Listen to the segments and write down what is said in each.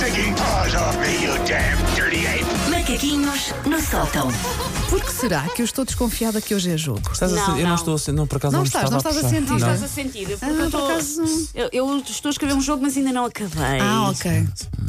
taking paws off me, you damn dirty ape! Macaquinhos no sótão. Por que será que eu estou desconfiada que hoje é jogo? Estás a Não, sen- Eu não não. estou a sentir. Não, por acaso Não não, estás, não estava estás a puxar. sentir. Não Não. estás a sentir. Porque eu, Ah, por estou, É acaso não. eu, eu estou a escrever um jogo, mas ainda não acabei. Ah, ok.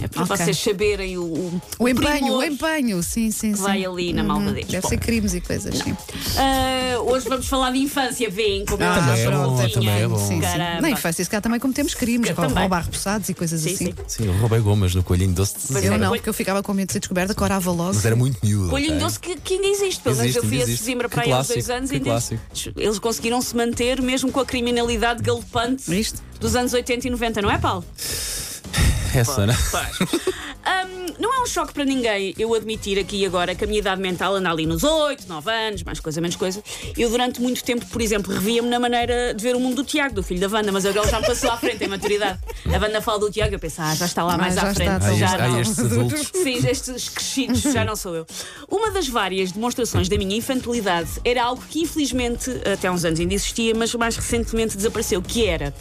É para Ok. vocês saberem o, o, O empenho, primor. o empenho, sim, sim, sim. vai ali na malvadez. Deve Bom. ser crimes e coisas, sim. Ah, hoje vamos falar de infância, vem Ah, como eu Também é já bom, tinha. também é bom. Sim, sim. Caramba. Na infância, se calhar também cometemos crimes, Eu roubar também. repousados e coisas Sim, assim. sim. Sim, eu roubei gomas no coelhinho doce de Pois Eu é. Suzana, não, Coelho- porque eu ficava com medo de ser descoberta, corava logo. Mas era muito miúdo. Olhinho ok? doce que, que ainda existe, pelo menos Existe, eu fui ainda a existe. Sesimbra Que para aí há uns dois clássico, anos que e ainda eles conseguiram se manter mesmo com a criminalidade galopante Viste? dos anos 80 e 90, não é, Paulo? Essa, né? Pois. Hum, não é um choque para ninguém eu admitir aqui e agora que a minha idade mental anda ali nos 8, 9 anos, mais coisa, menos coisa. Eu durante muito tempo, por exemplo, revia-me na maneira de ver o mundo do Tiago, do filho da Wanda, mas agora ele já me passou à frente em maturidade. A Wanda fala do Tiago, eu penso, ah, já está lá Ah, mais já à está, frente. está já lá. Ah, não. estes adultos. Sim, estes crescidos, já não sou eu. Uma das várias demonstrações da minha infantilidade era algo que, infelizmente, até há uns anos ainda existia, mas mais recentemente desapareceu, que era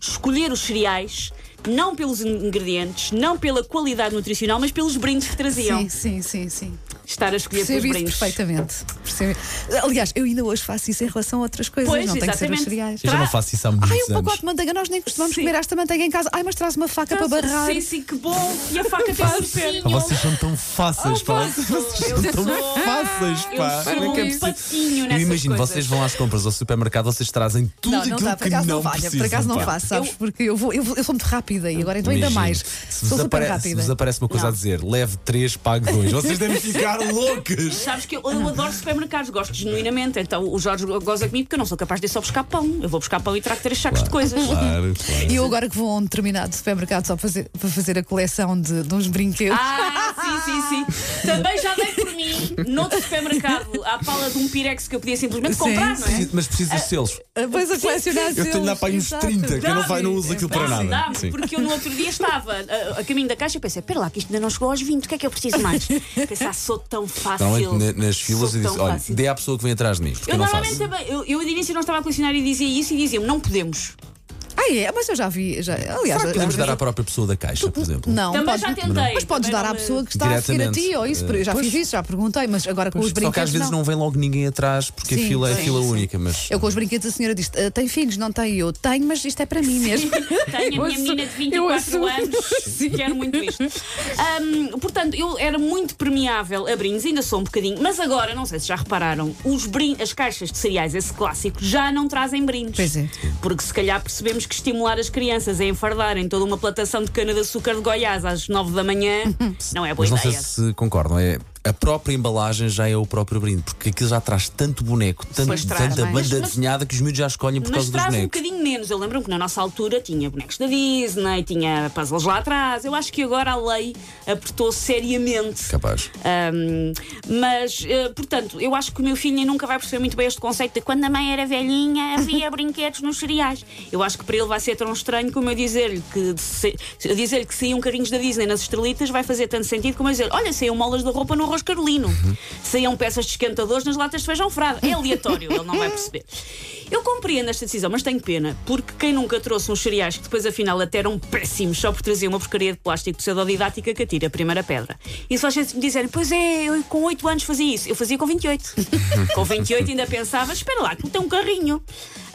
escolher os cereais não pelos ingredientes, não pela qualidade nutricional, mas pelos brindes que traziam. Sim, sim, sim, sim. Estar a escolher pelos Percebo isso brindes. perfeitamente. Percebo. Aliás, eu ainda hoje faço isso em relação a outras coisas, Pois, não tem que ser os exatamente. cereais. Eu já não faço isso há muitos Ai, um anos. pacote de manteiga, nós nem costumamos Sim. comer esta manteiga em casa. Ai, mas traz uma faca para barrar. Ah, Sim, sim, que bom! E a faca tem um Ah, ursinho. Vocês são tão fáceis, um Oh, pá. vocês- Vocês eu são tão sou- fáceis, eu pá. sou Como é que é um possível? patinho Eu nessas imagino, coisas. vocês vão às compras ao supermercado, vocês trazem tudo Não, não aquilo dá, por que acaso não não valha, por precisam, acaso não pá. faço, sabes? Eu- Porque eu, vou, eu, vou- eu sou muito rápida e agora então ainda Imagino. mais. Se Sou vos, super apare- se rápida. vos aparece uma coisa a Não. dizer leve 3, pague 2, vocês devem ficar loucas. Sabes que eu, eu adoro supermercados, gosto genuinamente. Então o Jorge goza comigo porque eu não sou capaz de ir só buscar pão. Eu vou buscar pão e trago três sacos de coisas. Claro, claro. E eu agora que vou a um determinado supermercado só fazer- para fazer a coleção de, de uns brinquedos. Ah, sim, sim, sim. Também já dei por mim, noutro supermercado, à pala de um Pirex que eu podia simplesmente Sim, comprar, não é? sim. Mas precisas de selos. eh, Depois a colecionar Eu tenho lá selos, para aí uns exato. 30, que eu não, vai, não uso Dá-me, aquilo para dá-me, nada. dá-me, Sim. Porque eu no outro dia estava a, a caminho da caixa e pensei, pera lá, que isto ainda não chegou aos 20, o que é que eu preciso mais? Pensar, sou tão fácil. Normalmente na- é nas filas sou eu disse: tão olha, fácil." dê à pessoa que vem atrás de mim, porque eu, Eu não normalmente faço. também, eu, eu de início não estava a colecionar e dizia isso e diziam, não podemos. Ah, é? Mas eu já vi. Já, aliás, Será que podemos às dar à vezes- própria pessoa da caixa, por exemplo? Não, Também podes- já tentei. Mas podes Também dar não à me- pessoa que está a seguir a ti Diretamente. ou isso. Já fiz isso, já perguntei, mas agora com os Só brinquedos. que às vezes não. vem logo ninguém atrás porque Sim, a fila é sim, fila sim. única, mas. Eu com os brinquedos, a senhora diz: "Ah, tem filhos? Não tem? Eu tenho, mas isto é para mim mesmo. Tenho Eu a minha assumo- menina de eu 24 assumo. anos, quero muito isto. Ahm, portanto, eu era muito permeável a brindes, ainda sou um bocadinho, mas agora, não sei se já repararam, os brin as caixas de cereais, esse clássico, já não trazem brindes. Pois é. Porque se calhar percebemos que estimular as crianças a enfardarem toda uma plantação de cana-de-açúcar de Goiás às 9 da manhã não é boa Mas não sei ideia. se concordam, é a própria embalagem já é o próprio brinde, porque aquilo já traz tanto boneco, tanto, Pois traz, tanta não é? banda Mas- mas- desenhada que os miúdos já escolhem por Mas causa dos traz um bonecos. bocadinho menos. Eu lembro-me que na nossa altura tinha bonecos da Disney, tinha puzzles lá atrás. Eu acho que agora a lei apertou seriamente. Capaz. Ahm, mas, eh, portanto, eu acho que o meu filho nunca vai perceber muito bem este conceito de quando a mãe era velhinha havia brinquedos nos cereais. Eu acho que para ele vai ser tão estranho como eu dizer-lhe que, se- eu dizer-lhe que saíam carinhos da Disney nas estrelitas vai fazer tanto sentido como eu dizer: olha, saíam molas de roupa no arroz carolino, saíam peças de esquentadores nas latas de feijão frado. É aleatório, ele não vai perceber. Eu compreendo esta decisão, mas tenho pena, porque quem nunca trouxe uns cereais que depois afinal até eram péssimos só por trazer uma porcaria de plástico pseudodidática que atira a primeira pedra. E se vocês me disserem, pois é, eu com 8 anos fazia isso, eu fazia com 28. com 28 ainda pensava, espera lá, que tem um carrinho.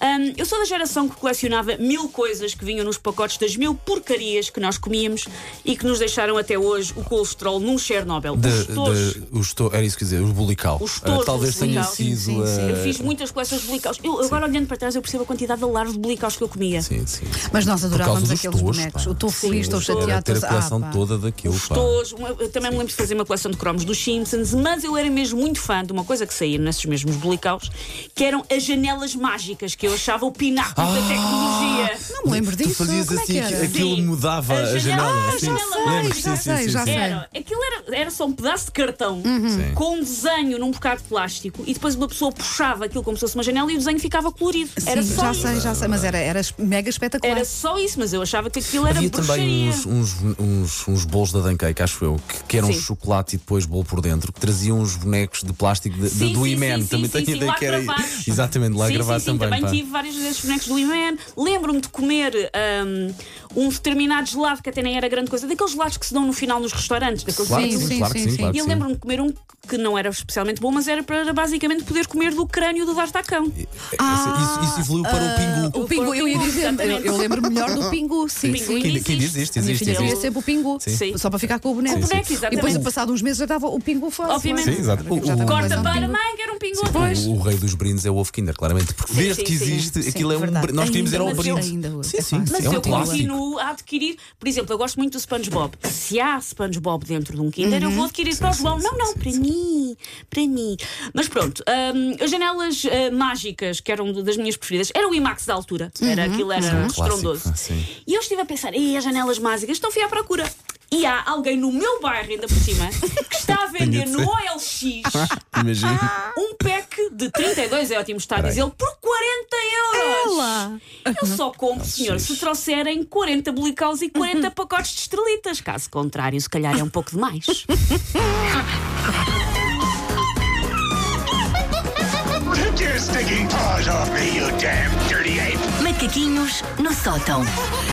Hum, eu sou da geração que colecionava mil coisas que vinham nos pacotes das mil porcarias que nós comíamos e que nos deixaram até hoje o colesterol num Chernobyl. De, Os tojos. de- o esto- era isso que eu ia dizer, o bulical. Ah, Os tojos, talvez o tenha bulical. sido. ah, Sim, sim, sim. a- Eu fiz muitas coleções de bolicaus. Eu, agora olhando para trás eu percebo a quantidade de alarves de bolicaus que eu comia. Sim, sim. Mas nós adorávamos dos aqueles tojos, bonecos. pá. Eu estou feliz, estou Era chateada. Era ter a estou- ah, coleção pá. toda daquilo. pá. Estojos, uma- Um, eu também me lembro de fazer uma coleção de cromos dos Simpsons, mas eu era mesmo muito fã de uma coisa que saía nesses mesmos bolicaus, que eram as janelas mágicas, que eu achava o pináculo da Ah! tecnologia. Não me lembro disso. Tu fazias Como é assim, que era? aquilo Sim. mudava A a janela- janela. assim. Ah, sim. já sei, Lembras? já Sim, sim, sei, sim, já sim. sei. Era, aquilo era, era só um pedaço de cartão Uhum. Sim. com um desenho num bocado de plástico e depois uma pessoa puxava aquilo como se fosse uma janela e o desenho ficava colorido. era Sim, só já isso. sei, é. já sei, mas era, era mega espetacular. Era só isso, mas eu achava que aquilo era Havia também bruxaria. uns, uns, uns, uns bolos da Dancake, acho eu, que, que eram Sim. chocolate e depois bolo por dentro, que traziam uns bonecos de plástico de, de- Sim, do sim, Iman. sim, Também sim, tenho sim, ideia lá que era. cravados. Exatamente, lá sim, gravado sim, sim, também. também pá. tive várias vezes bonecos do Iman. Lembro-me de comer hum, um, determinado gelado que até nem era grande coisa, daqueles gelados que se dão no final nos restaurantes, daqueles Claro que gelados sim, assim. sim, claro que sim, sim, claro E que eu sim. lembro-me de comer um que não era especialmente bom, mas era para basicamente poder comer do crânio do D'Artacão. É, Isso, isso evoluiu para o Pingu. O pingu, eu ia Pingu, dizer, eu, exatamente. eu lembro melhor do pingu, sim. Pingu sim. e Quem, quem diz isto? A minha Existe, filha existe. dizia sempre o pingu, Sim. só para ficar com o boneco. Com o boneco, E depois, exatamente. passados uns meses, eu dava o pingu fora. Obviamente. Sim, exato. Eu já O- estava é o- Corta mais para, antiga. mãe, que era um pingo. Pois. O, o rei dos brindes é o ovo Kinder, claramente. Porque Sim, desde sim, que sim. existe, Sim, aquilo é um verdade. brinde. Nós tínhamos era o Ainda hoje, brinde. ainda hoje. Sim, É sim, fácil. sim, Mas é um eu clássico. continuo a adquirir, por exemplo, eu gosto muito do SpongeBob. Se há SpongeBob dentro de um Kinder, eu vou adquirir para o João. Uhum. sim, Não, sim, não, sim, para sim. mim, para mim. Mas pronto, hum, as janelas ah, mágicas, que eram das minhas preferidas, era o IMAX da altura. Era aquilo, era um clássico, estrondoso. sim. E eu estive a pensar, e as janelas mágicas? Então fui à procura. E há alguém no meu bairro, ainda por cima, que está a vender de no ser. OLX Imagina. um pack de 32 ótimos, está a Peraí. dizê-lo, por 40 euros. Eu só compro, senhor, fixe. se trouxerem 40 bolicaus e 40 pacotes de estrelitas. Caso contrário, se calhar é um pouco demais. Take your stinking paws off me, you damn dirty ape! Macaquinhos no sótão.